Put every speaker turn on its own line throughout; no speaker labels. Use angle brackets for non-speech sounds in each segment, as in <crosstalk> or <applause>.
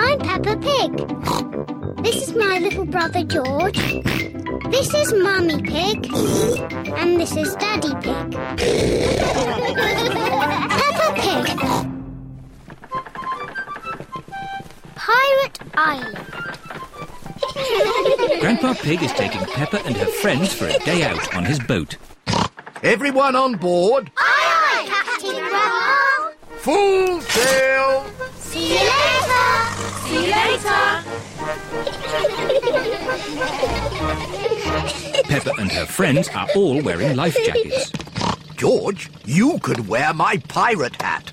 I'm Peppa Pig. This is my little brother George. This is Mummy Pig. And this is Daddy Pig. <laughs> Peppa Pig. Pirate Island. <laughs>
Grandpa Pig is taking Peppa and her friends for a day out on his boat.
Everyone on board,
Aye, aye, Captain Grandpa.
full sail!
See you later.
See you later.
<laughs>
Peppa and her friends are all wearing life jackets.
George, you could wear my pirate hat.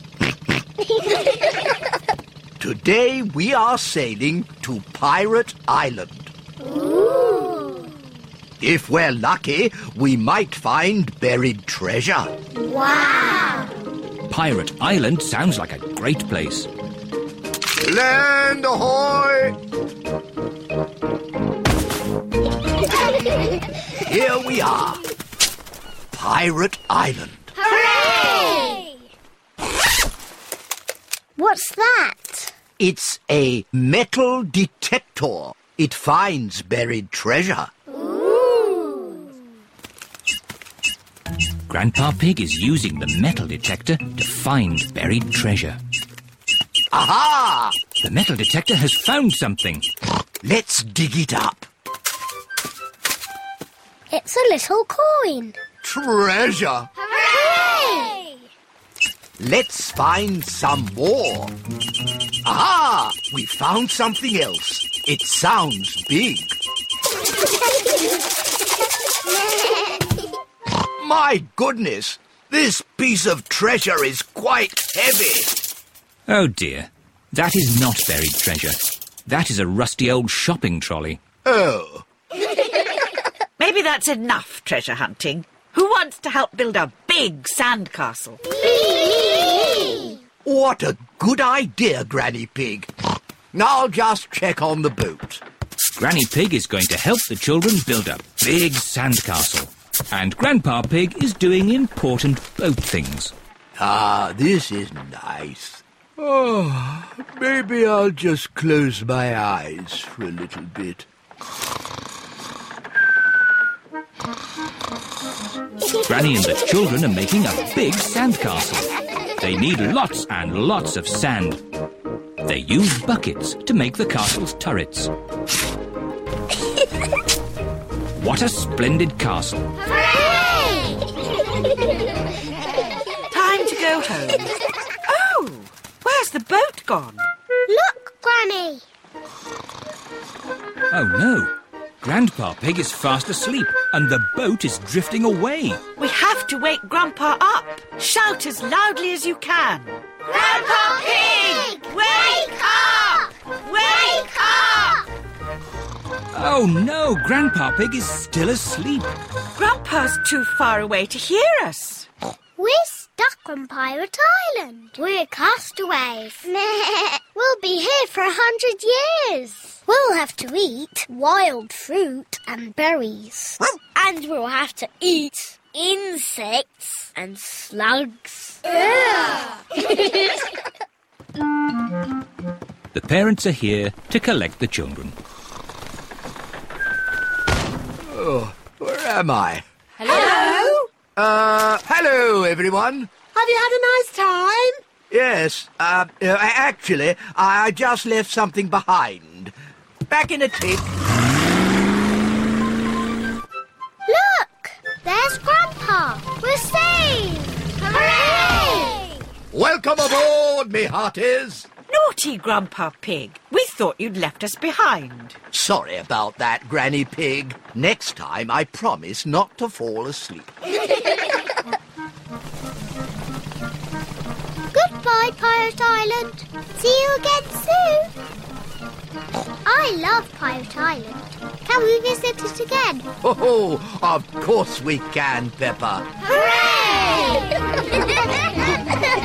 Today we are sailing to Pirate Island. If we're lucky, we might find buried treasure.
<laughs>
Pirate Island sounds like a great place.
Land ahoy! Here we are. Pirate Island.
Hooray! What's that?
It's a metal detector. It finds buried treasure.
Grandpa Pig is using the metal detector to find buried treasure.
Aha!
The metal detector has found something.
Let's dig it up.
It's a little coin.
Treasure!
Hooray!
Let's find some more. Aha! We found something else. It sounds big. My goodness! This piece of treasure is quite heavy.
Oh dear. That is not buried treasure. That is a rusty old shopping trolley.
Oh,
Maybe that's enough treasure hunting. Who wants to help build a big sandcastle?
what a good idea, Granny Pig. I'll just check on the boat.
Granny Pig is going to help the children build a big sandcastle. And Grandpa Pig is doing important boat things.
Ah, this is nice. Oh, maybe I'll just close my eyes for a little bit.
Granny and the children are making a big sandcastle. They need lots and lots of sand. They use buckets to make the castle's turrets. what a splendid castle!
Hooray!
Time to go home. Oh, where's the boat gone?
<laughs> Look, Granny.
Oh no! Grandpa Pig is fast asleep and the boat is drifting away.
We have to wake Grandpa up. Shout as loudly as you can. Grandpa
Pig,
wake up! Wake up!
Oh no! Grandpa Pig is still asleep.
Grandpa's too far away to hear us.
We're stuck on Pirate Island. We're castaways. we'll be here for a hundred years. We'll have to eat wild fruit and berries. and we'll have to eat insects and slugs.
The parents are here to collect the children.
Where am I? Hello? Uh, hello, everyone.
Have you had a nice time?
Yes, uh, uh, actually, I just left something behind. Back in a tick.
Look! There's Grandpa. We're saved! Hooray!
Welcome aboard, me hearties.
Naughty Grandpa Pig. We thought you'd left us behind.
Sorry about that, Granny Pig. Next time, I promise not to fall asleep.
Goodbye, Pirate Island. See you again soon. I love Pirate Island. Can we visit it again?
Oh,
<laughs>
of course we can, Peppa.
Hooray! <laughs>